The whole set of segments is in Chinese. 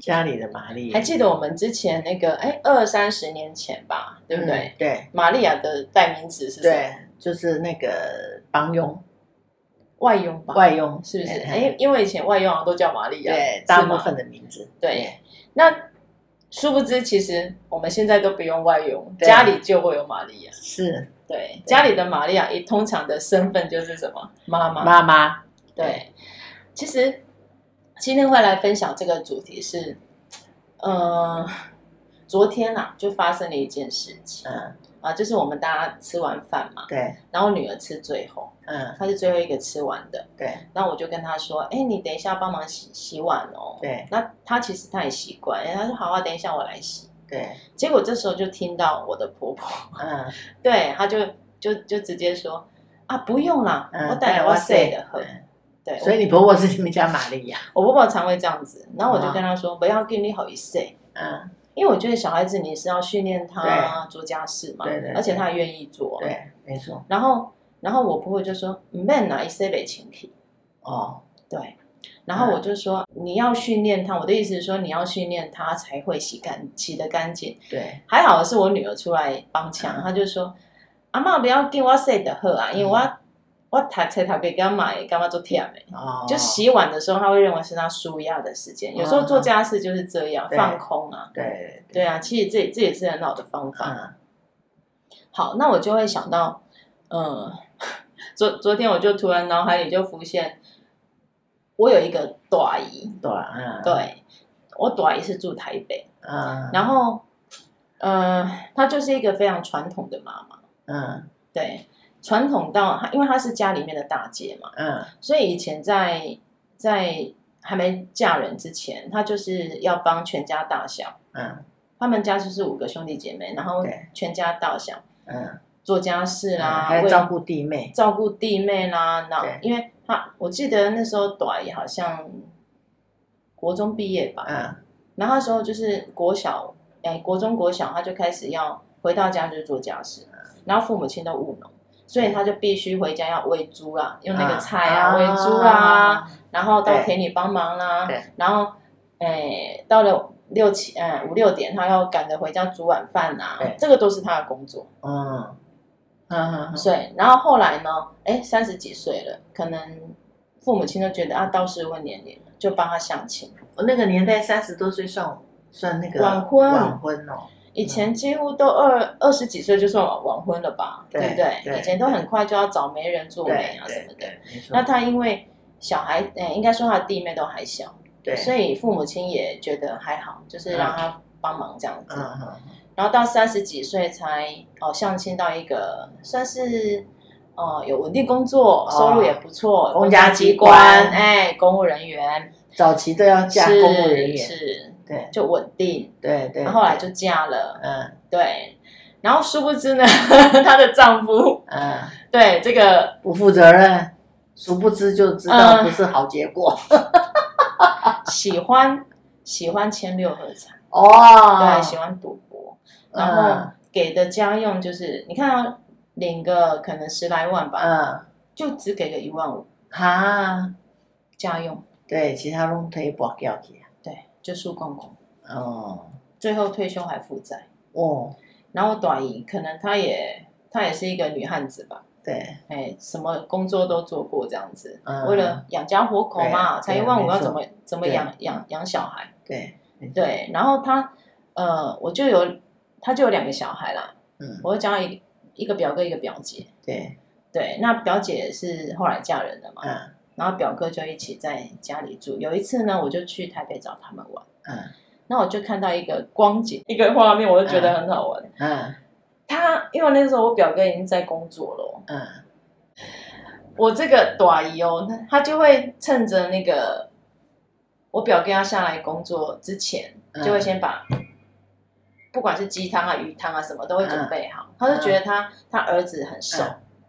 家里的玛丽还，记得我们之前那个，哎，二三十年前吧，对不对？嗯对玛利亚的代名词是什么？对，就是那个帮佣、外佣吧？外佣，是不是？嗯哎，因为以前外佣好像都叫玛利亚，对，是大吗部分的名字，对。那殊不知，其实我们现在都不用外佣，对家里就会有玛利亚。是对，家里的玛利亚，也通常的身份就是什么？妈妈。妈妈，对，其实今天会来分享这个主题是，呃，昨天啊就发生了一件事情嗯，啊，就是我们大家吃完饭嘛，对，然后女儿吃最后，嗯，她是最后一个吃完的，对，然后我就跟她说，哎，你等一下帮忙洗洗碗哦。对，那她其实她也习惯，哎她说好啊，等一下我来洗。对，结果这时候就听到我的婆婆， 嗯，对，她就就就直接说啊，不用啦，嗯我等下我洗的喝对。对，所以你婆婆是你们家玛丽亚，我婆婆常会这样子，然后我就嗯跟她说、不要跟你好一岁，嗯，因为我觉得小孩子你是要训练他做家事嘛，对对对而且他愿意做。对，没错，然后，然后我婆婆就说唔免啦，一岁没情体。哦，对。然嗯后我就说、你要训练他，我的意思是说你要训练他才会洗干洗得干净。对，还好是我女儿出来帮腔，嗯她就说阿妈不要给我洗的好啊，因为我、我读册读给干嘛干嘛做忝的。哦，嗯就，洗碗的时候，他会认为是他舒压的时间。有时候做家事就是这样，嗯对放空啊，对，对啊，其实这这也是很好的方法。嗯，好，那我就会想到，嗯， 昨昨天我就突然脑海里就浮现，我有一个大姨，对，嗯，，对我大姨是住台北，嗯，然后，呃，她就是一个非常传统的妈妈，嗯，对，传统到她，因为她是家里面的大姐嘛。嗯，所以以前在在还没嫁人之前，她就是要帮全家大小，嗯，他们家就是五个兄弟姐妹，然后对全家大小嗯，做家事啦，还啊为照顾弟妹，照顾弟妹啦，然后对因为她我记得那时候短也好像国中毕业吧，嗯，然后那时候就是国小，哎，国中国小，她就开始要回到家就是做家事，然后父母亲都务农。所以她就必须回家要喂猪啦，用那个菜啊喂猪啊啦，，然后到田里帮忙啦、对然后，诶、到了六七，呃，五六点，他要赶着回家煮晚饭啦、对这个都是他的工作。嗯，嗯，所以，然后后来呢，诶，三十几岁了，可能父母亲都觉得啊，到适婚年龄了，就帮他相亲。我那个年代三十多岁算算那个晚婚哦，以前几乎都二二十几岁就算晚婚了吧，对不对对以前都很快就要找媒人做媒对啊什么的。，那那他因为小孩，诶，应该说他的弟妹都还小，对，所以，以父母亲也觉得还好，就是让他帮忙这样子。嗯嗯，然后到三十几岁才哦相亲到一个算是哦、呃有稳定工作，哦收入也不错，公家家机机关关哎公务人员，早期都要嫁是公务人员，是对，就稳定，对对，然后后来，就嫁了，嗯对。然后殊不知呢， 她的丈夫嗯。对这个不负责任，殊不知就知道嗯不是好结果。喜欢喜欢签六合彩，哦对，，喜欢赌博，嗯然后给的家用就是，你看到领个可能十来万吧，嗯，就只给个一万五哈，家用，对，其他拢推拔掉去啊。对，就输公公，哦，最后退休还负债。哦，然后短姨可能她也她也是一个女汉子吧，对，哎，什么工作都做过这样子，嗯为了养家活口嘛，对才一对万五没要错怎么怎么对养养养小孩？对，没错，对，然后她呃，我就有她就有两个小孩啦，嗯，我就讲一个一个表哥一个表姐，对，对，那表姐是后来嫁人的嘛，嗯然后表哥就一起在家里住。有一次呢，我就去台北找他们玩，嗯那我就看到一个光景，一个画面，我就觉得很好玩。嗯他因为那时候我表哥已经在工作了哦，嗯，我这个短姨哦，那他就会趁着那个我表哥要下来工作之前，嗯就会先把不管是鸡汤啊、鱼汤啊什么都嗯会准备好。他就觉得他他儿子很瘦，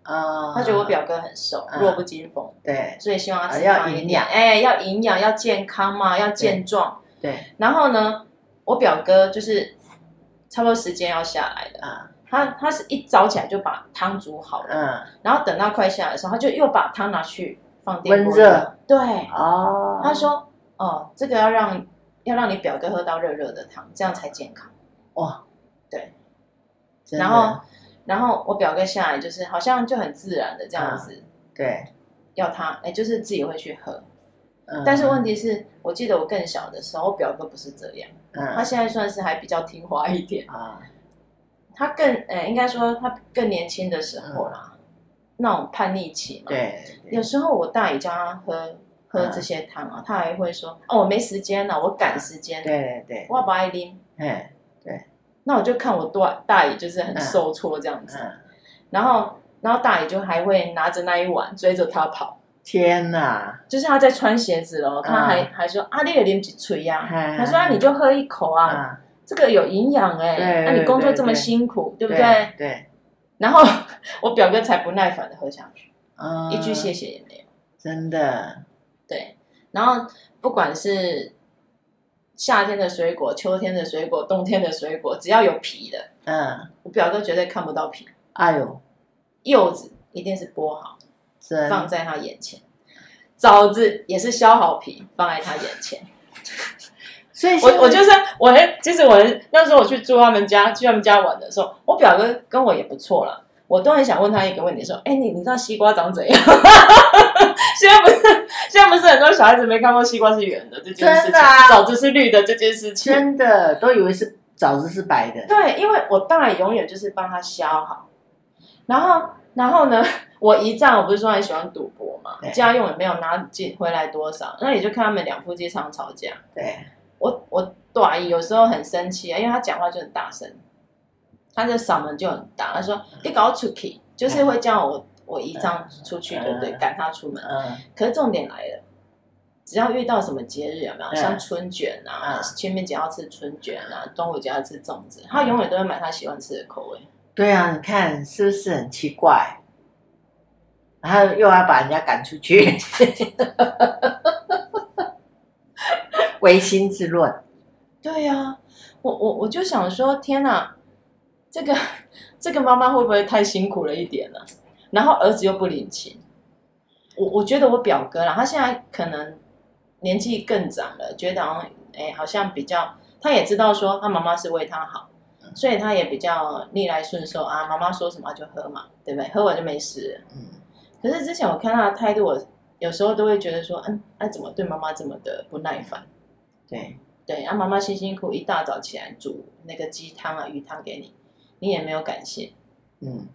啊，他觉得我表哥很瘦，嗯弱不禁风，对所以希望他啊吃要胖一营点，养哎，要营养，要健康嘛，要健壮。对然后呢，我表哥就是差不多时间要下来的，啊，他他是一早起来就把汤煮好了，嗯然后等到快下来的时候，他就又把汤拿去放电锅温热，对，哦，他说哦，这个要让要让你表哥喝到热热的汤，这样才健康。哇，对，真的然后然后我表哥下来就是好像就很自然的这样子，对，要他哎就是自己会去喝，嗯但是问题是我记得我更小的时候，我表哥不是这样，他嗯现在算是还比较听话一点。啊，他更呃，应该说他更年轻的时候啦，嗯那种叛逆期嘛。，对，对有时候我大姨叫他喝喝嗯这些汤啊，他还会说：“哦，我没时间了，我赶时间，对对对，我不爱拎。哎，”那我就看我大大姨就是很受挫这样子，嗯，然后然后大姨就还会拿着那一碗追着他跑，天哪，就是他在穿鞋子咯，他还、嗯还说：“啊，你也拎几吹呀？”嗨他说：“啊，你就喝一口啊，啊，这个有营养哎、对那、你工作对这么对辛苦，对不对对？”对，然后 我表哥才不耐烦的喝下去，嗯，一句谢，谢也没有。真的，对，然后不管是夏天的水果、秋天的水果、冬天的水果，只要有皮的，嗯，我表哥绝对看不到皮。哎呦，柚子一定是剥好，真放在他眼前；枣子也是削好皮，放在他眼前。所以 我我就就是我很，其实我很那时候我去住他们家，去他们家玩的时候，我表哥跟我也不错了，我都很想问他一个问题，说，哎、你你知道西瓜长怎样？ 现在不是现在不是很多小孩子没看过西瓜是圆的这件事真情的啊，枣子是绿的这件事情。真的都以为是枣子是白的，对，因为我大姨永远就是帮他削好，然后然后呢，我一仗我不是说很喜欢赌博嘛对，家用也没有拿进回来多少，那也就看他们两夫妻常吵架。对，我我大姨有时候很生气啊，因为她讲话就很大声，她的嗓门就很大。她说：“你搞出去，就是会叫我我姨丈出去，对不对？嗯赶她出门。嗯，”可是重点来了，只要遇到什么节日，有没有嗯像春卷啊嗯，清明节要吃春卷啊，端午节要吃粽子，嗯她永远都会买她喜欢吃的口味。对啊，你看是不是很奇怪？然后又要把人家赶出去， 唯心之论，对呀、我我我就想说，天哪，这个这个妈妈会不会太辛苦了一点呢、然后儿子又不领情，我我觉得我表哥啦，他现在可能年纪更长了，觉得好像哎，好像比较，他也知道说他妈妈是为他好，所以他也比较逆来顺受啊，妈妈说什么他就喝嘛，对不对？喝完就没事了。嗯，可是之前我看他的态度，我有时候都会觉得说，嗯，那、怎么对妈妈这么的不耐烦？对，对，然后妈妈辛辛苦一大早起来煮那个鸡汤啊、鱼汤给你，你也没有感谢，嗯，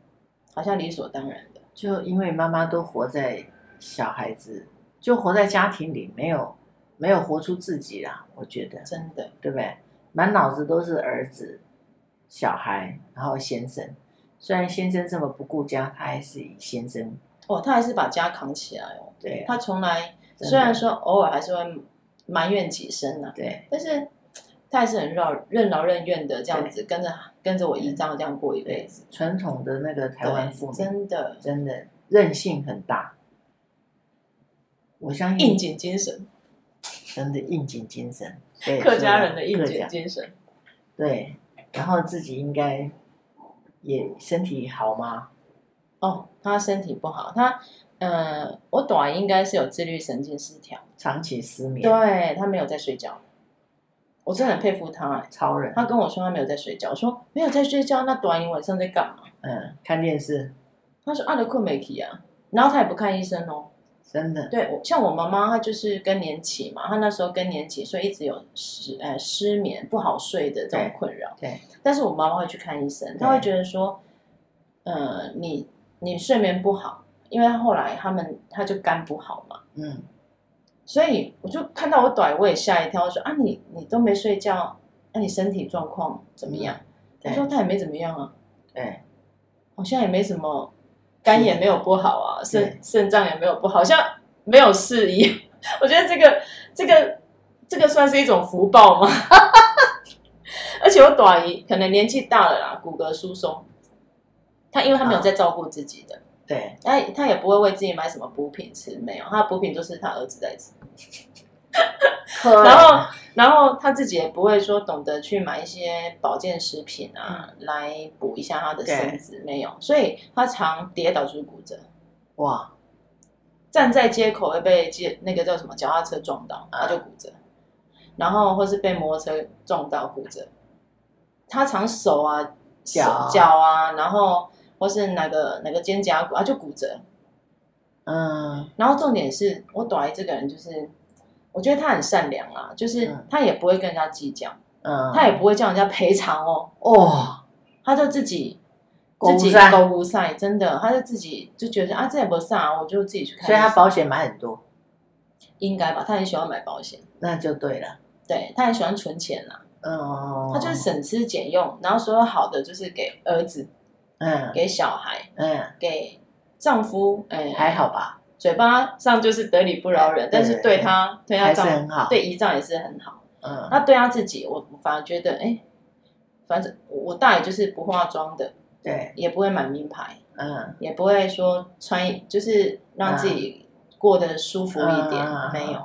好像理所当然的。就因为妈妈都活在小孩子，就活在家庭里，没有没有活出自己啦，我觉得，真的，对不对？满脑子都是儿子、小孩，然后先生。虽然先生这么不顾家，他还是以先生哦，他还是把家扛起来哦。对啊，他从来真的虽然说偶尔还是会埋怨几声啊，对但是他还是很绕任劳任怨的这样子跟着跟着我姨丈这样过一辈对子。，传统的那个台湾对妇女真的真的韧性很大，我相应信景精神，真的应景精神，对啊客家人的应客景家精神。对，然后自己应该也身体好吗？哦，他身体不好，他呃，我短应该是有自律神经失调。长期失眠，对啊他没有在睡觉，我真的很佩服他、哎超人，他跟我说他没有在睡觉，我说没有在睡觉，那短影晚上在干嘛？嗯，看电视他说啊，都困没起啊，然后他也不看医生哦。真的，对，我像我妈妈，她就是更年期嘛，她那时候更年期，所以一直有失呃失眠、不好睡的这种困扰。对，但是我妈妈会去看医生，她会觉得说，呃，你你睡眠不好，因为后来他们他就肝不好嘛，嗯，所以我就看到我短，我也吓一跳，我说啊你你都没睡觉，那、你身体状况怎么样？他嗯对说他也没怎么样啊，对好像也没什么，肝也没有不好啊，对肾肾脏也没有不好，好像没有事一样。 我觉得这个这个这个算是一种福报吗？ 而且我短姨可能年纪大了啦，骨骼疏松，她因为她嗯没有在照顾自己的，对，她她也不会为自己买什么补品吃，没有，她的补品都是她儿子在吃， 啊然后然后她自己也不会说懂得去买一些保健食品啊，嗯来补一下她的身子，没有，所以她常跌倒就是骨折，哇，站在街口会被街那个叫什么脚踏车撞到，嗯他就骨折，然后或是被摩托车撞到骨折。他常手啊、手脚脚啊，然后或是哪个哪个肩胛骨啊就骨折。嗯，然后重点是我朵来这个人就是，我觉得他很善良啊，就是嗯他也不会跟人家计较，嗯，他也不会叫人家赔偿哦，哦，他就自己。狗自无己赛勾无赛，真的，他就自己就觉得啊，这也不啥，我就自己去看医所以生。他保险买很多，应该吧，他很喜欢买保险。那就对了，对他很喜欢存钱呐、嗯，他就是省吃俭用，然后所有好的就是给儿子、嗯给小孩、嗯，给丈夫，哎，还，好吧，嘴巴上就是得理不饶人，但是对他、对他还是丈很夫、好，对姨丈也是很好。嗯，那对他自己，我我反而觉得，哎，反正我大爷就是不化妆的，对，也不会买名牌，嗯，也不会说穿，就是让自己过得舒服一点，嗯没有，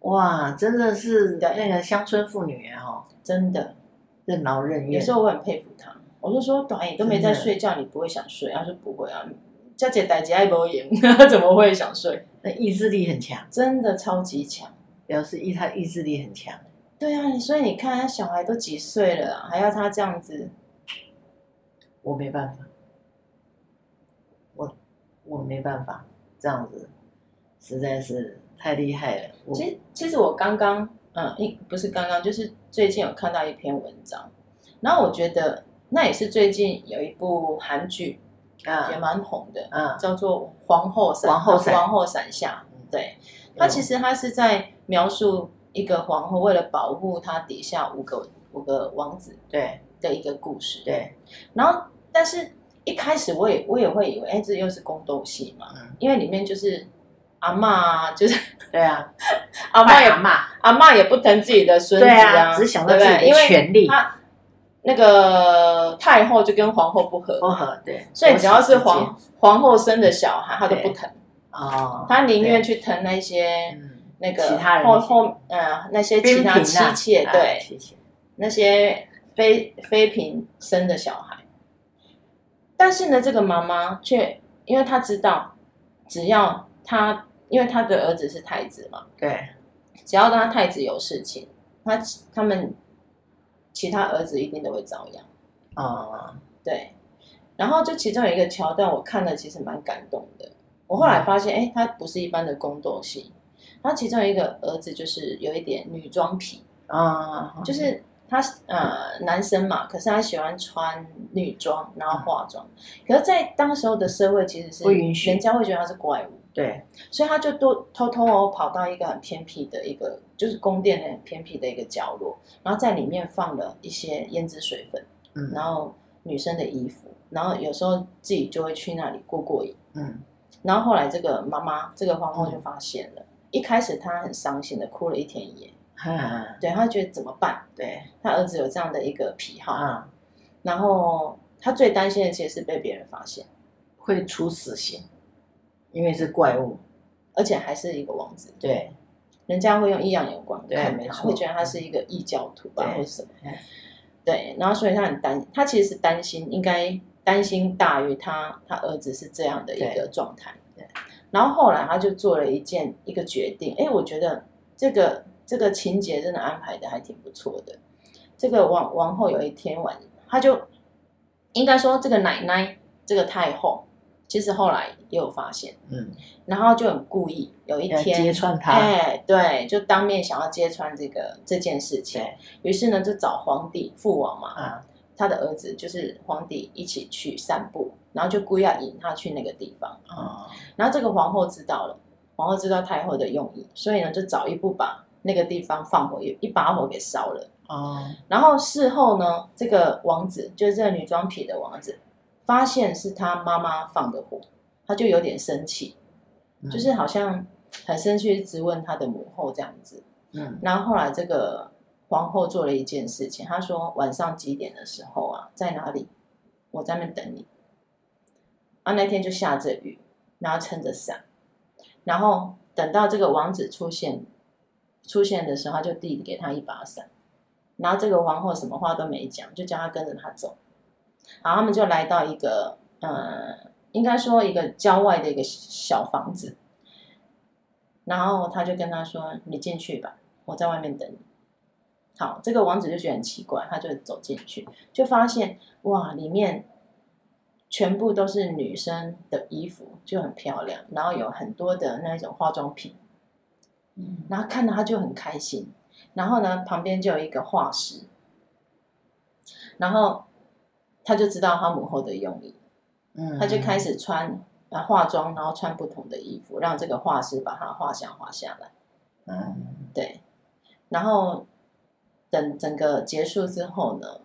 哇，真的是对那个乡村妇女哦，真的。任劳任有怨时，候我很佩服他，我就说短影都没在睡觉，你不会想睡？他说不会啊，佳姐代姐爱不 赢，怎么会想睡？那意志力很强，真的超级强。表示意他意志力很强，对啊，所以你看，他小孩都几岁了啊、还要他这样子，我没办法，我我没办法这样子，实在是太厉害了，我其实，其实我刚刚，嗯，一不是刚刚，就是最近有看到一篇文章，然后我觉得那也是最近有一部韩剧也啊蛮红的，啊，叫做《皇后伞》，啊皇后伞皇后伞下，对，它其实它是在描述一个皇后为了保护她底下五个五个王子对的一个故事。，对，然后但是一开始我也我也会以为，哎，这又是宫斗戏嘛，嗯因为里面就是阿嬷 啊，就是对啊，阿嬷也骂骂。阿嬷也不疼自己的孙子啊对啊，只想到自己对不的对权利因为。她那个太后就跟皇后不和，不合对，所以只要是我喜欢皇皇后生的小孩，她都不对疼，哦，她宁愿去疼那些。嗯那个其他人后后呃那些其边他平妻妾，啊对、妻妾那些妃妃嫔生的小孩。但是呢，这个妈妈却因为她知道，只要她因为她的儿子是太子嘛，对，只要她太子有事情，她他们其他儿子一定都会遭殃。哦，对，然后就其中有一个桥段，我看了其实蛮感动的。我后来发现，哎，它不是一般的宫斗戏，它其中有一个儿子就是有一点女装癖，哦，就是他呃男生嘛，可是他喜欢穿女装，然后化妆。可是，在当时候的社会其实是不允许人家会觉得他是怪物，对，所以他就都偷偷哦跑到一个很偏僻的一个，就是宫殿的很偏僻的一个角落，然后在里面放了一些胭脂水粉，嗯然后女生的衣服，然后有时候自己就会去那里过过瘾。嗯，然后后来这个妈妈，这个皇后就发现了，一开始她很伤心的哭了一天一夜，哈，对她觉得怎么办？对，她儿子有这样的一个癖好，啊，然后她最担心的其实是被别人发现，会处死刑，因为是怪物，而且还是一个王子，对，人家会用异样眼光对看没他，错会觉得他是一个异教徒吧，对或者什么嗯。对，然后所以他很担，他其实是担心，应该担心大于他他儿子是这样的一个状态。对，然后后来他就做了一件一个决定，哎，我觉得这个这个情节真的安排的还挺不错的。这个王王后有一天晚，她就应该说这个奶奶，这个太后，其实后来也有发现，嗯，然后就很故意有一要天揭穿他，哎，对，就当面想要揭穿这个这件事情，对，于是呢就找皇帝父王嘛，啊，他的儿子就是皇帝一起去散步，然后就故意要引他去那个地方。哦，然后这个皇后知道了，皇后知道太后的用意，所以呢就早一步把那个地方放火，一把火给烧了。哦，然后事后呢，这个王子就是这个女装癖的王子，发现是他妈妈放的火，他就有点生气，嗯就是好像很生气，质问他的母后这样子。嗯，然后后来这个皇后做了一件事情，她说晚上几点的时候啊，在哪里，我在那边等你。啊，那天就下着雨，然后撑着伞，然后等到这个王子出现出现的时候，他就递给他一把伞，然后这个王后什么话都没讲，就叫他跟着他走。然后他们就来到一个，呃，应该说一个郊外的一个小房子，然后他就跟他说：“你进去吧，我在外面等你。”好，这个王子就觉得很奇怪，他就走进去，就发现哇，里面全部都是女生的衣服，就很漂亮，然后有很多的那一种化妆品，嗯然后看到他就很开心。然后呢，旁边就有一个画师，然后他就知道他母后的用意，嗯他就开始穿啊化妆，然后穿不同的衣服，让这个画师把他画像画下来。嗯对，然后等整个结束之后呢，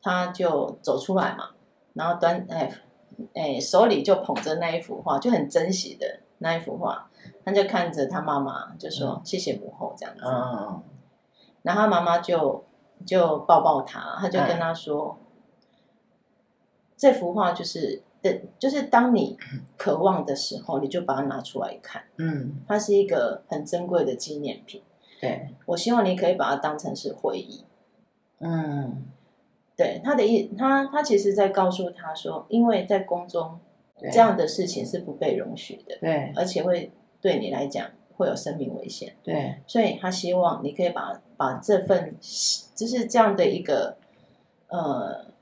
他就走出来嘛，然后端哎哎手里就捧着那一幅画，就很珍惜的那一幅画，他就看着他妈妈就说、谢谢母后这样子，嗯然后他妈妈就就抱抱他，他就跟他说，这幅画就是。对，就是当你渴望的时候，你就把它拿出来看，嗯，它是一个很珍贵的纪念品。对，我希望你可以把它当成是回忆。嗯对他的意，他他其实在告诉他说，因为在宫中对这样的事情是不被容许的，对嗯而且会对你来讲会有生命危险，对所以他希望你可以把把这份就是这样的一个呃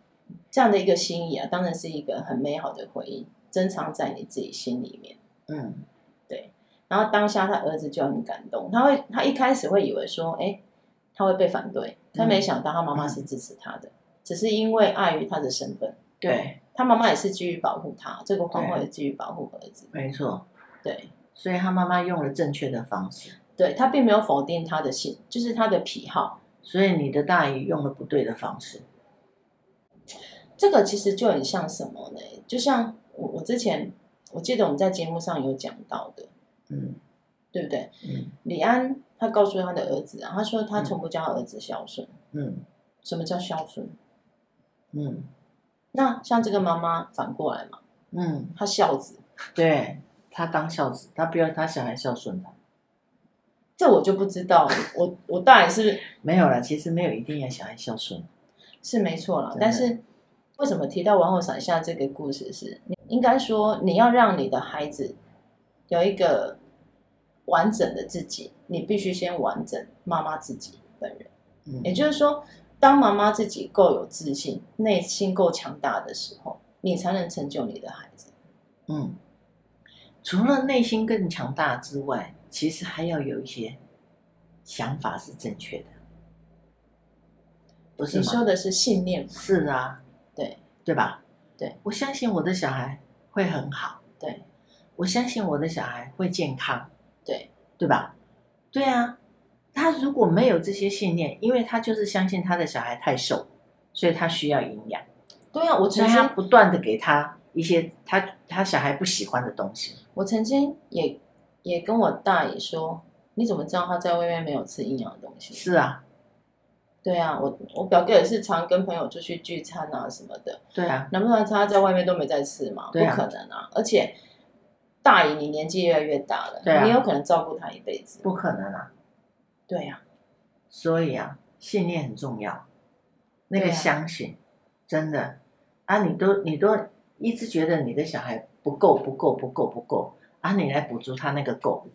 这样的一个心意啊，当然是一个很美好的回忆，珍藏在你自己心里面。嗯然后当下他儿子就很感动，他会他一开始会以为说，哎，他会被反对，他没想到他妈妈是支持他的，只是因为碍于他的身份，对，他妈妈也是基于保护他，这个皇后对也基于保护儿子，没错。对所以他妈妈用了正确的方式，对，他并没有否定他的性，就是他的癖好，所以你的大姨用了不对的方式。这个其实就很像什么呢？就像我我之前我记得我们在节目上有讲到的，嗯对不对？嗯李安他告诉他的儿子啊，他说他从不教儿子孝顺，嗯什么叫孝顺？嗯那像这个妈妈反过来嘛。嗯，他孝子，对他当孝子，他不要他小孩孝顺他。这我就不知道了。我我当然是没有啦，其实没有一定要小孩孝顺。是没错了真，的但是为什么提到王后伞下这个故事是？你应该说你要让你的孩子有一个完整的自己，你必须先完整妈妈自己本人。嗯也就是说，当妈妈自己够有自信、内心够强大的时候，你才能成就你的孩子。嗯，除了内心更强大之外，其实还要有一些想法是正确的，不是你吗？说的是信念嘛？是啊，对对吧？对，我相信我的小孩会很好，对我相信我的小孩会健康，对对吧？对啊，他如果没有这些信念，因为他就是相信他的小孩太瘦，所以他需要营养，对啊！我所曾以他经不断的给他一些他他小孩不喜欢的东西。我曾经也也跟我大爷说，你怎么知道他在外面没有吃营养的东西？是啊，对啊，我我表哥也是常跟朋友出去聚餐啊什么的，对啊，难不成他在外面都没在吃吗？不对啊可能啊！而且大姨你年纪越来越大了，对啊你有可能照顾他一辈子。不可能啊。对啊呀、所以啊，信念很重要，那对个啊相信，真的啊，你都你都一直觉得你的小孩不够不够不够不够啊，你来补足他那个够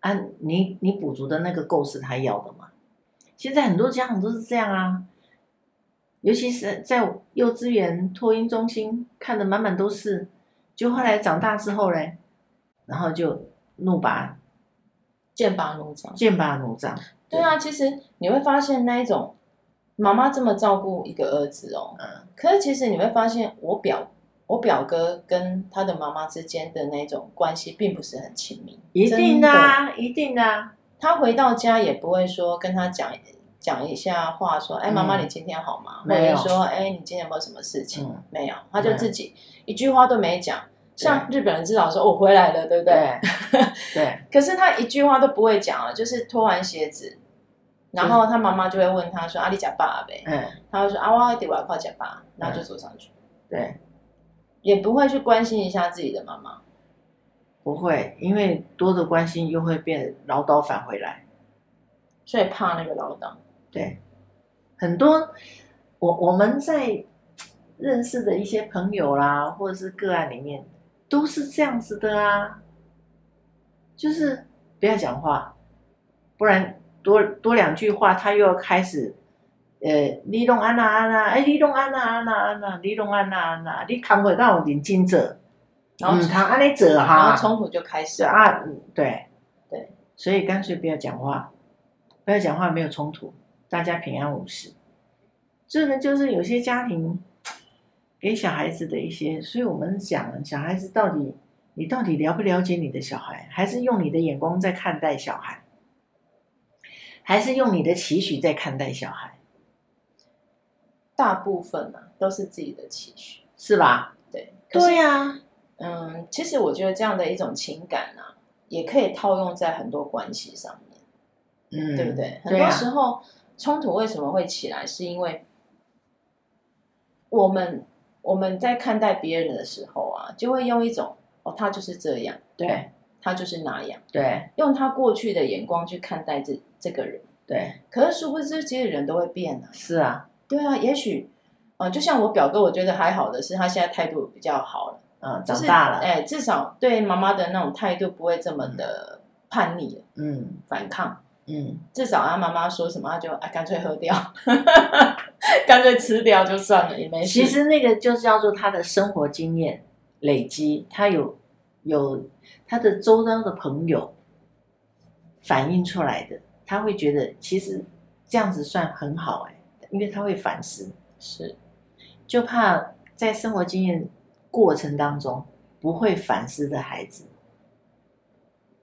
啊，你你补足的那个够是他要的吗？现在很多家长都是这样啊，尤其是在幼稚园、托婴中心看的满满都是，就后来长大之后嘞，然后就怒拔剑拔弩张。剑拔弩张，对啊，其实你会发现那一种妈妈这么照顾一个儿子哦，嗯可是其实你会发现我表我表哥跟他的妈妈之间的那种关系并不是很亲密，一真定的、的啊，一定的、啊。他回到家也不会说跟他讲讲一下话，说哎，嗯妈妈你今天好吗？或没有者说哎，你今天有没有什么事情？嗯没有，他就自己一句话都没讲。像日本人至少说我回来了，对不对？ 对对可是他一句话都不会讲啊，就是脱完鞋子，然后他妈妈就会问他说：“啊，你假爸呗？”嗯，他会说：“啊，我得外靠假爸。”然后就坐上去，对，也不会去关心一下自己的妈妈。不会，因为多的关心又会变唠叨返回来。所以怕那个唠叨，对，很多我我们在认识的一些朋友啦，或者是个案里面，都是这样子的啊，就是不要讲话，不然多多两句话，他又要开始。呃，你弄安娜安娜，哎，你弄安娜安娜安娜，啊你弄安娜安娜，你扛过那有认真做，然后唔通安尼做哈。嗯然后冲突就开始是了。啊，嗯对对，所以干脆不要讲话，不要讲话，没有冲突，大家平安无事。这个就是有些家庭给小孩子的一些，所以我们讲小孩子到底你到底了不了解你的小孩，还是用你的眼光在看待小孩，还是用你的期许在看待小孩，大部分啊都是自己的期许，是吧？对，可是对呀、嗯，其实我觉得这样的一种情感啊，也可以套用在很多关系上面，嗯，对不对？很对多啊时候、冲突为什么会起来，是因为我们我们在看待别人的时候啊，就会用一种哦，他就是这样，对他就是那样，对用他过去的眼光去看待这这个人。对，可是殊不知，其实人都会变啊。是啊，对啊，也许，呃，就像我表哥，我觉得还好的是，他现在态度比较好了。嗯，就是长大了，哎、至少对妈妈的那种态度不会这么的叛逆了、嗯反抗。嗯，至少他妈妈说什么，他就啊，干脆喝掉， 干脆吃掉就算了，也没事。其实那个就叫做他的生活经验累积，他有有他的周遭的朋友反映出来的，他会觉得其实这样子算很好哎、因为他会反思，是就怕在生活经验过程当中不会反思的孩子，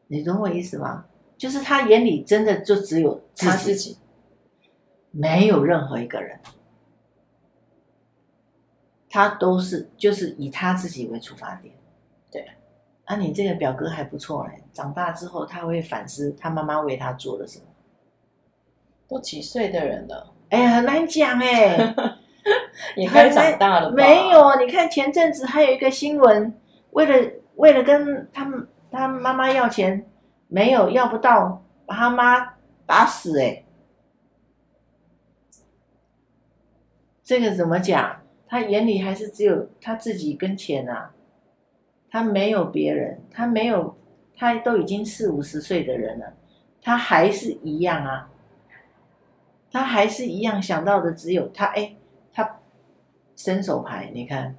你懂我意思吗？就是他眼里真的就只有他自己，没有任何一个人，他都是就是以他自己为出发点。对，啊，你这个表哥还不错嘞，长大之后他会反思他妈妈为他做了什么。都几岁的人了，哎呀，很难讲哎、也该长大了吧？没有，你看前阵子还有一个新闻，为了为了跟他们他妈妈要钱，没有要不到，把他妈打死哎、这个怎么讲？他眼里还是只有他自己跟钱啊，他没有别人，他没有，他都已经四五十岁的人了，他还是一样啊，他还是一样想到的只有他哎。他伸手牌，你看，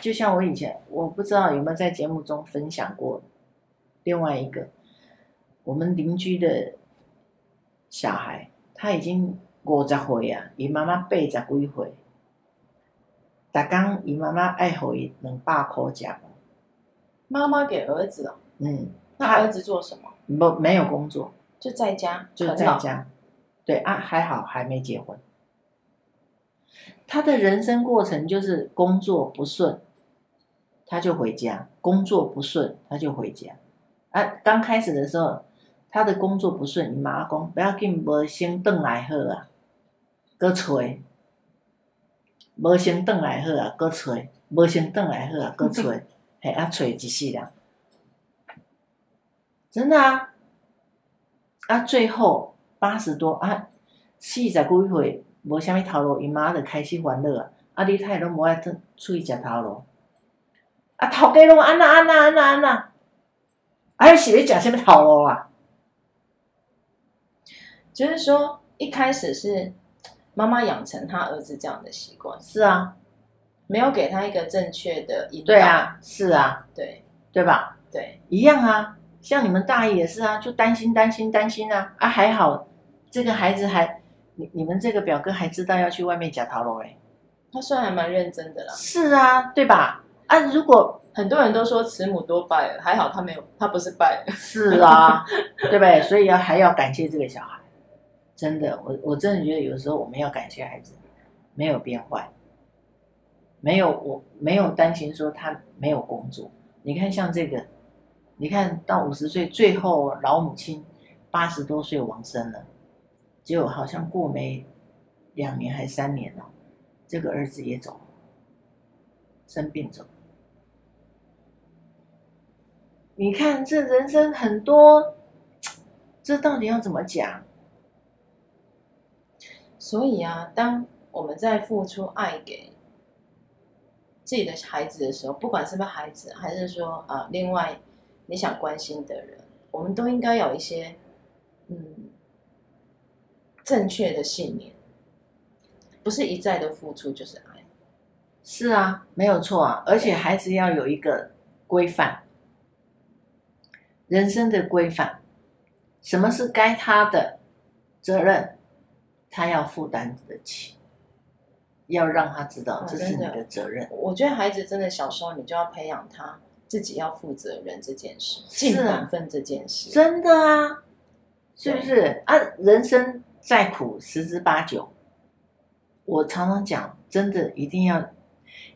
就像我以前，我不知道有没有在节目中分享过，另外一个我们邻居的小孩，他已经五十岁啊，伊妈妈八十几岁，逐工伊妈妈爱互伊两百箍食，妈妈给儿子哦，嗯，那儿他子做什么？没没有工作，就在家，就啃在老，家。对啊，还好还没结婚。他的人生过程就是工作不顺，他就回家；工作不顺，他就回家。啊，刚开始的时候，他的工作不顺，你妈讲不要紧，无先转来好啊，搁揣，无先转来好啊，搁揣，无先转来好啊，搁揣，嘿啊揣一世人，真的啊，啊最后八十多啊，四十几岁无啥物头路，伊妈就开始烦恼啊，啊你太拢无爱出出去食头路，啊头家拢安那安那安那安那。啊，你是要食什么头路啊？就是说一开始是妈妈养成他儿子这样的习惯，是啊，没有给他一个正确的引导。对，啊，是啊，对对吧？对。一样啊，像你们大姨也是啊，就担心担心担心啊啊，还好这个孩子还你你们这个表哥还知道要去外面夹头路嘞，他算还蛮认真的啦，哎是啊，对吧？啊，如果很多人都说慈母多败儿，还好他没有，他不是败儿，是啊，对不对？所以要还要感谢这个小孩，真的，我我真的觉得有时候我们要感谢孩子，没有变坏，没有我没有担心说他没有工作。你看像这个，你看到五十岁，最后老母亲八十多岁往生了，结果好像过没两年还三年了，这个儿子也走了，生病走了。你看这人生很多，这到底要怎么讲？ 所以啊，当我们在付出爱给自己的孩子的时候，不管是不是孩子，还是说啊、呃另外你想关心的人，我们都应该有一些嗯正确的信念，不是一再的付出就是爱。是啊，没有错啊，而且孩子要有一个规范，人生的规范，什么是该他的责任，他要负担得起，要让他知道哦这是真你的的责任。我觉得孩子真的小时候你就要培养他自己要负责任这件事，尽是啊本分这件事。真的啊，是不是啊？人生再苦，十之八九。我常常讲，真的一定要，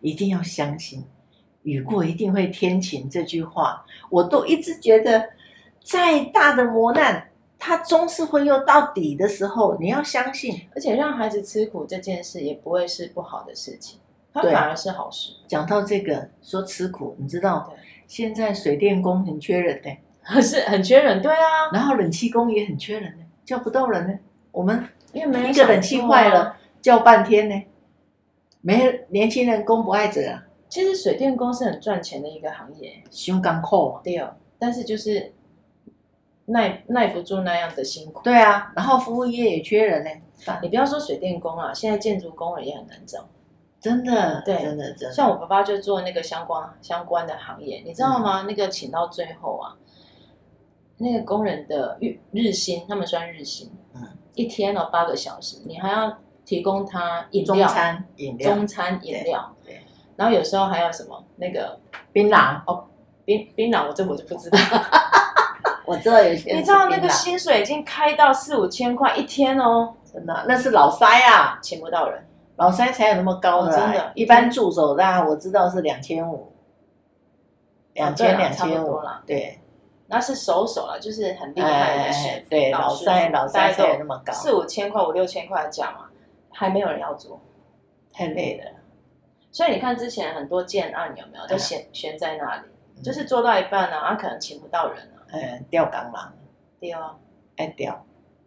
一定要相信“雨过一定会天晴”这句话，我都一直觉得，再大的磨难，它终是会用到底的时候，你要相信。而且让孩子吃苦这件事也不会是不好的事情，它对啊反而是好事。讲到这个，说吃苦，你知道对 现在水电工很缺人呢、是很缺人，对啊，然后冷气工也很缺人呢、叫不到人呢、我们因为没人一个冷想气做坏啊了，叫半天呢，没人年轻人供不爱者啊，其实水电工是很赚钱的一个行业，胸港扣啊，对哦，但是就是耐耐不住那样的辛苦。对啊，然后服务业也缺人呢，你不要说水电工啊，现在建筑工人也很难找。真的，对真的真的，像我爸爸就做那个相关相关的行业，你知嗯道吗？那个请到最后啊，那个工人的日日薪，他们算日薪，嗯一天哦八个小时，你还要提供他饮中料、餐饮料、中餐饮料对对，然后有时候还有什么那个槟榔，槟槟榔，我这我就不 知道。我知道有些人你知道那吃槟个榔薪水已经开到四五千块一天哦，真的啊那是老塞啊，请不到人。老塞才有那么高的啊，哦真的一般助手的啊我知道是两千五，两哦对千啦两差不千五多啦，对，那是手手了，就是很厉害的师哎傅，对，老师塞傅老大塞家才有都那么高，四五千块、五六千块的价嘛，还没有人要做。太累了，所以你看之前很多建案有没有都悬悬在那里，嗯就是做到一半啊，啊可能请不到人啊，嗯，吊钢缆，对哦啊。爱吊，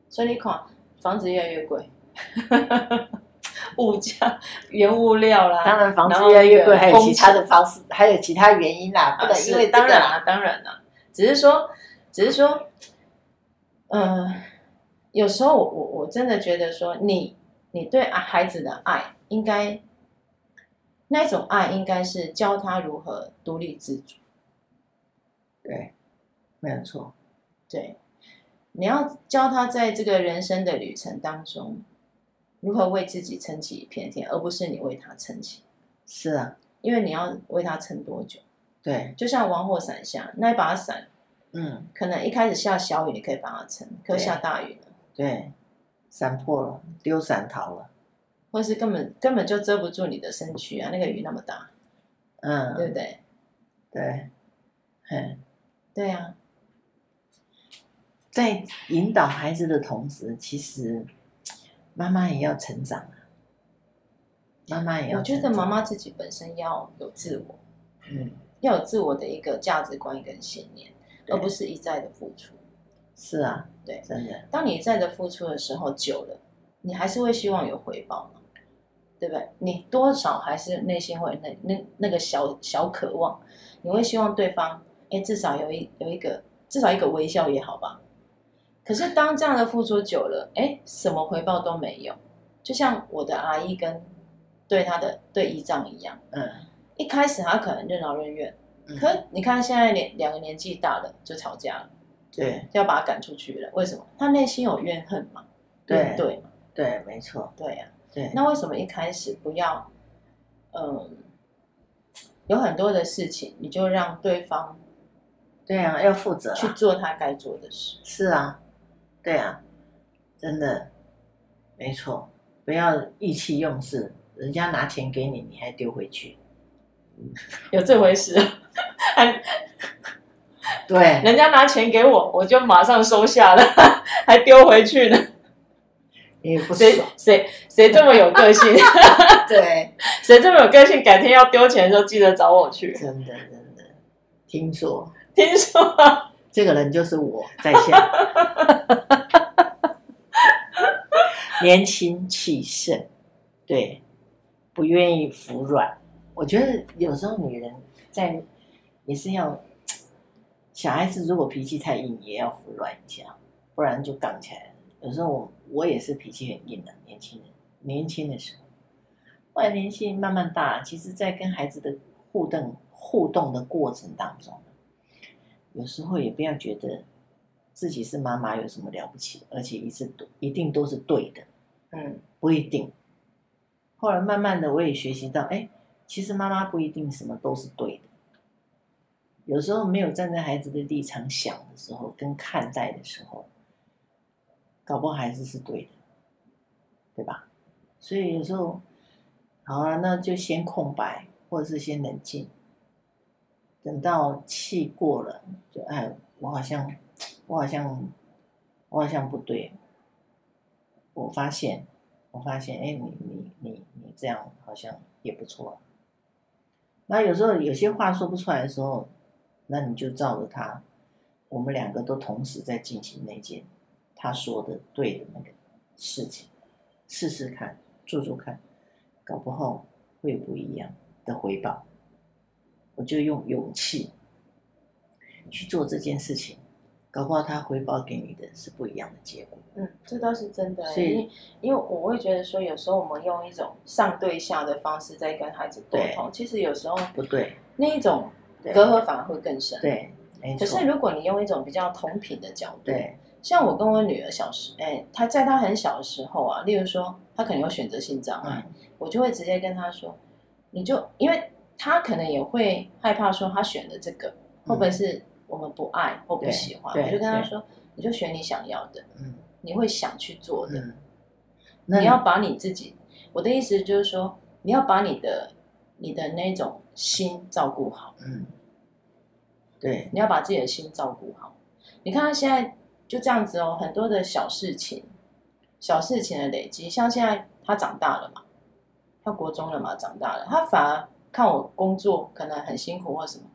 所以你看房子越来越贵， 物价、 原物料啦，当然，房然子后越来越贵，那个还有其他工的方式，还有其他原因啦，不啊，能是因为这当个然啦。啦，当然啦，只是说，只是说，嗯、有时候我我我真的觉得说你，你对啊孩子的爱，应该那种爱应该是教他如何独立自主。对，没有错。对，你要教他在这个人生的旅程当中，如何为自己撑起一片天，而不是你为他撑起，是啊，因为你要为他撑多久？对，就像玩火伞下那一把伞。嗯，可能一开始下小雨，你可以帮他撑，可是对下大雨呢，对，伞破了，丢伞逃了，或是根本根本就遮不住你的身躯啊，那个雨那么大，嗯，对不对？对，嗯，对啊，在引导孩子的同时，其实妈妈也要成长啊，妈妈也要我觉成得长，妈妈自己本身要有自我，嗯，要有自我的一个价值观跟信念，对而哦不是一再的付出。是啊，对真的，当你一再的付出的时候，久了，你还是会希望有回报嘛，对不对？你多少还是内心会那那那个小小渴望，你会希望对方，哎，至少有一有一个至少一个微笑也好吧。可是当这样的付出久了，哎，什么回报都没有，就像我的阿姨跟对她的对姨丈一样，嗯，一开始她可能任劳任怨，嗯可你看现在两两个年纪大了就吵架了。对要把他赶出去了。为什么？他内心有怨恨嘛，对怨对嘛，对，没错，对呀、对，那为什么一开始不要？嗯，有很多的事情，你就让对方对啊，要负责啊，去做他该做的事。是啊，对啊，真的，没错，不要意气用事，人家拿钱给你，你还丢回去，有这回事？还对， 人家拿钱给我，我就马上收下了，还丢回去呢。因为不谁爽。谁谁这么有个性， 对，谁这么有个性，改天要丢钱的时候记得找我去。真的真的，听说听说这个人就是我在线，年轻气盛，对，不愿意服软。我觉得有时候女人在也是要，小孩子如果脾气太硬，也要服软一下，不然就杠起来了。有时候我我也是脾气很硬的、年轻人年轻的时候，后来年纪慢慢大，其实，在跟孩子的互动互动的过程当中，有时候也不要觉得自己是妈妈有什么了不起，而且一次一定都是对的，嗯不一定。后来慢慢的，我也学习到，哎，其实妈妈不一定什么都是对的。有时候没有站在孩子的立场想的时候，跟看待的时候，搞不好孩子是对的，对吧？所以有时候，好啊，那就先空白，或者是先冷静，等到气过了，就哎，我好像，我好像，我好像不对，我发现我发现，哎，你你你你这样好像也不错、啊。那有时候有些话说不出来的时候，那你就照着他，我们两个都同时在进行那件他说的对的那个事情，试试看，做做看，搞不好会有不一样的回报。我就用勇气去做这件事情，搞不好他回报给你的是不一样的结果。嗯，这倒是真的欸。是因因为我会觉得说，有时候我们用一种上对下的方式在跟孩子沟通，其实有时候不对，那一种对隔阂反而会更深。。对，没可错，是如果你用一种比较同频的角度，对。像我跟我女儿小时，哎、她在她很小的时候啊，例如说她可能有选择性障碍，嗯我就会直接跟她说，你就因为她可能也会害怕说她选的这个会不会是我们不爱或不喜欢，嗯对我就跟她对说，你就选你想要的，嗯你会想去做的，嗯，那你要把你自己，我的意思就是说，你要把你的你的那种心照顾好。嗯，对，你要把自己的心照顾好。你看他现在就这样子哦，很多的小事情，小事情的累积，像现在他长大了嘛，他国中了嘛，长大了，他反而看我工作可能很辛苦或什么，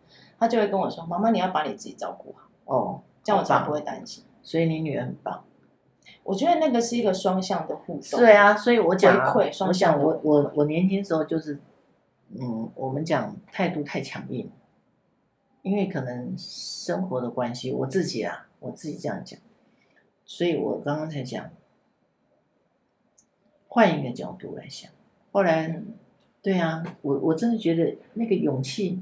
他就会跟我说：“妈妈，你要把你自己照顾好，哦，这样我才好棒不会担心。所以你女儿很棒。”我觉得那个是一个双向的互动。对，啊，所以我讲、啊回馈，双我向想的我回我我年轻时候就是，嗯，我们讲态度太强硬，因为可能生活的关系，我自己啊，我自己这样讲，所以我刚刚才讲，换一个角度来想，后来。嗯对啊，我我真的觉得那个勇气，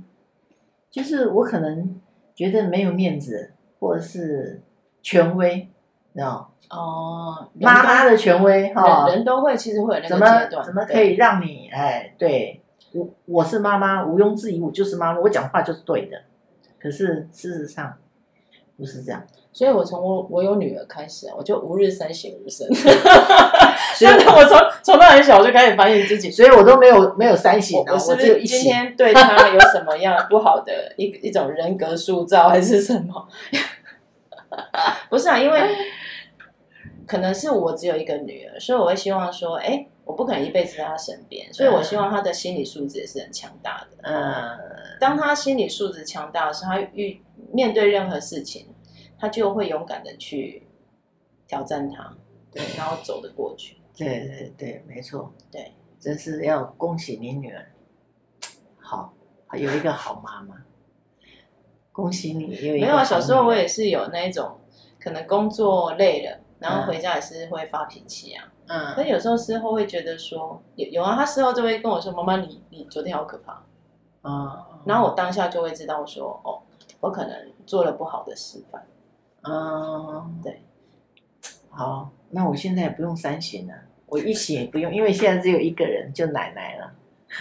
就是我可能觉得没有面子，或者是权威，你知道，哦，人妈都妈的权威哈，人人都会，其实会有那个怎么阶段，怎么可对？以让你哎，对我我是妈妈，毋庸置疑，我就是妈妈，我讲话就是对的。可是事实上不是这样，所以我从我我有女儿开始，我就无日三省吾身。所以 真的，我从从她很小就开始反省自己，所以我都没有没有三型我啊，我是不只有是一今型。天对她有什么样不好的一 一种人格塑造，还是什么？ 不是啊，因为可能是我只有一个女儿，所以我会希望说，哎、我不可能一辈子在她身边，所以我希望她的心理素质也是很强大的。嗯，当她心理素质强大的时候，她遇面对任何事情，她就会勇敢的去挑战它，对，然后走得过去。对对对，没错，对，真是要恭喜你女儿，好，有一个好妈妈，恭喜你有一个没有啊，好小时候我女儿也是有那一种，可能工作累了，然后回家也是会发脾气啊。可嗯，是有时候事后会觉得说，有有啊，他事后就会跟我说：“妈妈，你你昨天好可怕。啊”然后我当下就会知道说：“哦，我可能做了不好的示范。嗯，对，好，那我现在也不用三型了，我一起也不用，因为现在只有一个人，就奶奶了，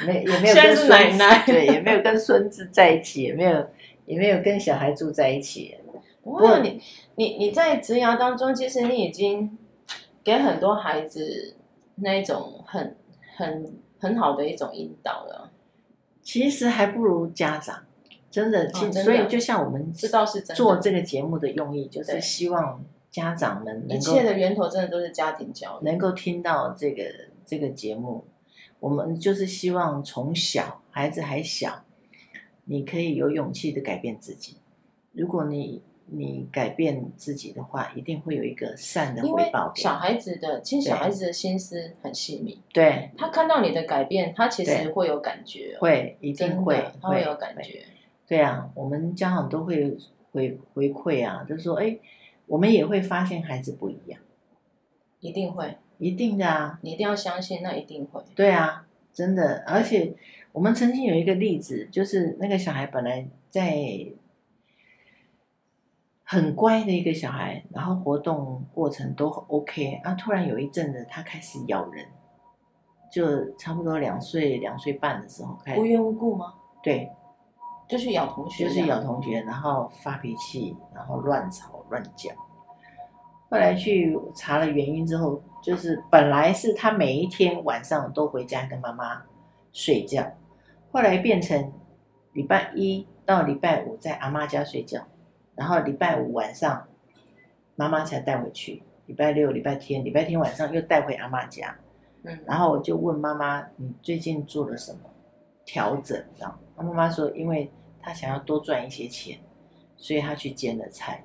没也没有现在是跟孙奶子奶对，也没有跟孙子在一起，也没有也没有跟小孩住在一起，”不过你你你在职涯当中，其实你已经给很多孩子那一种很很很好的一种引导了，其实还不如家长，真的，其哦真的所以就像我们这倒是真的。做这个节目的用意，就对是希望家长们一能够切的源头真的都是家庭教育。能够听到这个这个节目，我们就是希望从小孩子还小，你可以有勇气的改变自己。如果你你改变自己的话，一定会有一个善的因回为报给你小孩子的，其实小对孩子的心思很细密，对，他看到你的改变，他其对实会有感觉哦，会一真定的会，他会有感觉。对啊，我们家长都会回回馈啊，就说哎，我们也会发现孩子不一样，一定会，一定的啊，你一定要相信，那一定会。对啊，真的，而且我们曾经有一个例子，就是那个小孩本来在很乖的一个小孩，然后活动过程都 OK，啊，突然有一阵子他开始咬人，就差不多两岁两岁半的时候开无缘无故吗？对，就去咬同学，就是咬。同学，然后发脾气，然后乱吵乱叫。后来去查了原因之后，就是本来是他每一天晚上都回家跟妈妈睡觉，后来变成礼拜一到礼拜五在阿妈家睡觉，然后礼拜五晚上妈妈才带回去，礼拜六、礼拜天、礼拜天晚上又带回阿妈家。嗯，然后我就问妈妈，你最近做了什么调整？这样，她妈妈说，因为她想要多赚一些钱，所以她去兼了差，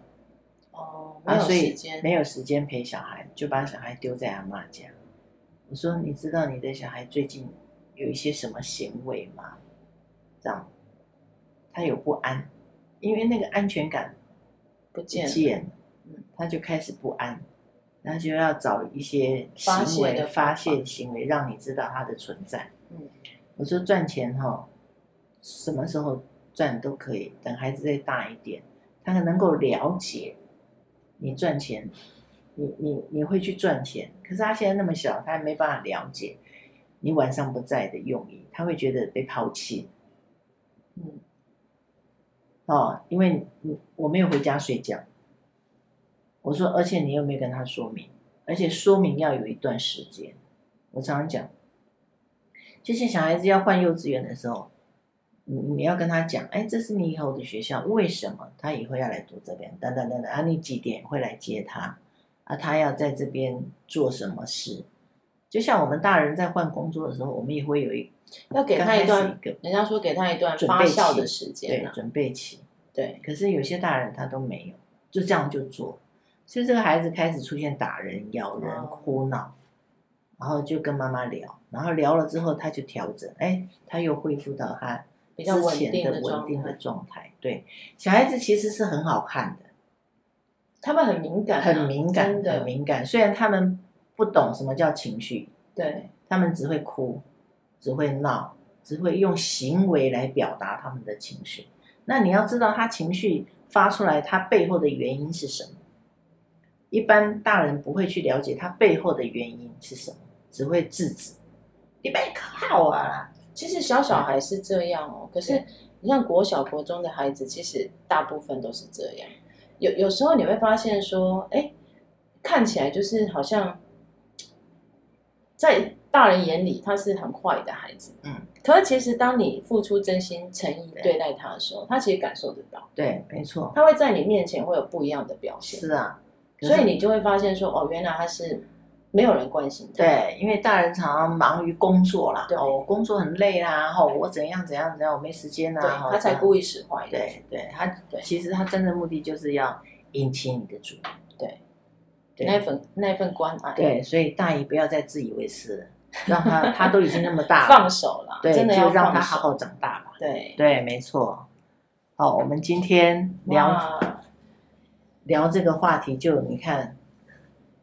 哦，没啊，有所时以间，没有时间陪小孩，就把小孩丢在阿妈家。我说，你知道你的小孩最近有一些什么行为吗？这样，他有不安，因为那个安全感不不见了见了嗯，他就开始不安，然后就要找一些发行泄为的发方法泄行为，让你知道他的存在。嗯，我说赚钱哈、什么时候赚都可以，等孩子再大一点，他能够了解你赚钱，你你你会去赚钱，可是他现在那么小，他还没办法了解你晚上不在的用意，他会觉得被抛弃嗯，哦，因为你我没有回家睡觉。我说，而且你又没有跟他说明，而且说明要有一段时间。我常常讲，就像小孩子要换幼稚园的时候，你你要跟他讲，哎，这是你以后的学校，为什么他以后要来读这边？等等等等啊，你几点会来接他？啊，他要在这边做什么事？就像我们大人在换工作的时候，我们也会有一要给刚他一开始段一个人家说给他一段准发备酵期的时间对啊，准备期。对，可是有些大人他都没有，就这样就做，所以这个孩子开始出现打人、咬人、哦哭闹，然后就跟妈妈聊，然后聊了之后他就调整，哎，他又恢复到他比较之稳前定的的稳状定的态，状态。对，小孩子其实是很好看的，他们很敏感啊，很敏感，真很的，敏感。虽然他们不懂什么叫情绪，对，他们只会哭，只会闹，只会用行为来表达他们的情绪。那你要知道，他情绪发出来，他背后的原因是什么？一般大人不会去了解他背后的原因是什么，只会制止。你别靠我啦！其实小小孩是这样哦，可是对你像国小、国中的孩子，其实大部分都是这样。有有时候你会发现说，哎，看起来就是好像在大人眼里他是很坏的孩子，嗯，可是其实当你付出真心诚意对对待他的时候，他其实感受得到，对，没错，他会在你面前会有不一样的表现，是啊。可是所以你就会发现说，哦，原来他是没有人关心他，，对，因为大人常常忙于工作啦，对哦，我工作很累啦，哦，我怎样怎样怎样，我没时间啦，对哦他才这样故意使坏的，对对，他对其实他真正目的就是要引起你的注意。对，那对份那份关爱，对，所以大姨不要再自以为是了，让他他都已经那么大了，放手啦，对，真的就要让放他手好好长大吧。对对，没错。好，我们今天聊哇聊这个话题就，你看，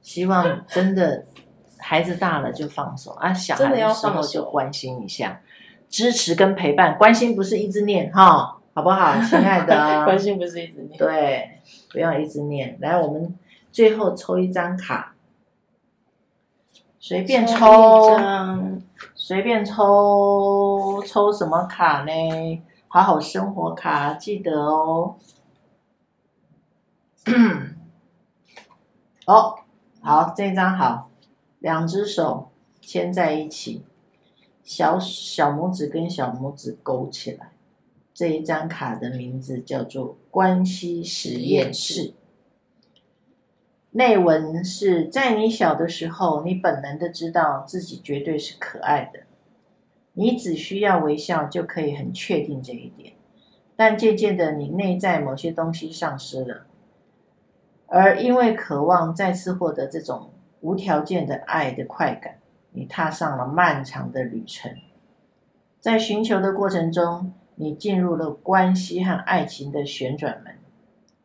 希望真的孩子大了就放手啊，小真孩的要时候放就手关心一下，支持跟陪伴，关心不是一直念哈，好不好，亲 爱的？关心不是一直念，对，不要一直念。来，我们最后抽一张卡，随便抽抽一，张随便抽，抽什么卡呢？好好生活卡，记得哦。哦，好，这张好，两只手牵在一起，小小拇指跟小拇指勾起来。这一张卡的名字叫做“关系实验室”。内文是在你小的时候，你本能的知道自己绝对是可爱的，你只需要微笑就可以很确定这一点。但渐渐的，你内在某些东西丧失了，而因为渴望再次获得这种无条件的爱的快感，你踏上了漫长的旅程。在寻求的过程中，你进入了关系和爱情的旋转门。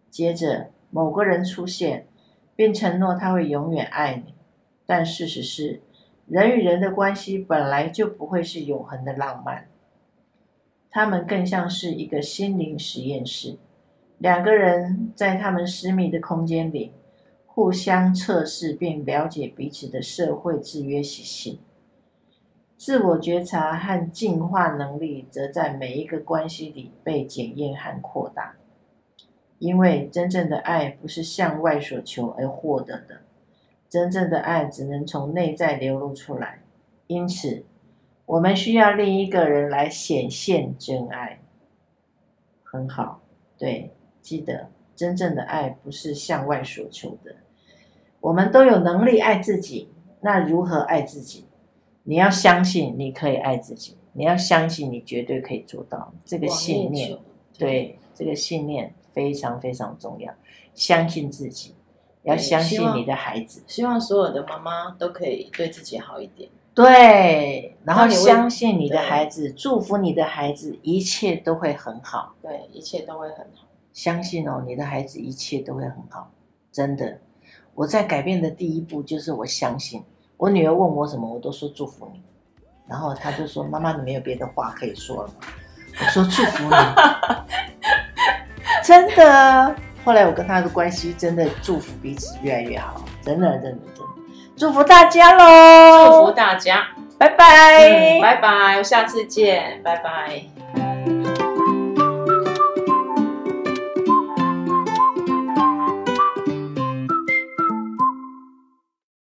接着，某个人出现，并承诺他会永远爱你。但事实是，人与人的关系本来就不会是永恒的浪漫，他们更像是一个心灵实验室。两个人在他们私密的空间里，互相测试并了解彼此的社会制约习性。自我觉察和进化能力则在每一个关系里被检验和扩大，因为真正的爱不是向外所求而获得的，真正的爱只能从内在流露出来。因此，我们需要另一个人来显现真爱。很好，对，记得真正的爱不是向外所求的。我们都有能力爱自己，那如何爱自己？你要相信你可以爱自己，你要相信你绝对可以做到。这个往信内念求，对这个信念非常非常重要。相信自己，要相信你的孩子，希望所有的妈妈都可以对自己好一点。对，然后那你会相信你的孩子，祝福你的孩子，一切都会很好。对，一切都会很好。相信哦，你的孩子一切都会很好，真的。我在改变的第一步就是我相信。我女儿问我什么，我都说祝福你，然后她就说：“妈妈，你没有别的话可以说了吗？”我说：“祝福你。”真的。后来我跟她的关系真的祝福彼此越来越好，真的，真的，真的，祝福大家祝福嗯喽！大家，拜拜。嗯，拜拜，我下次见，拜拜。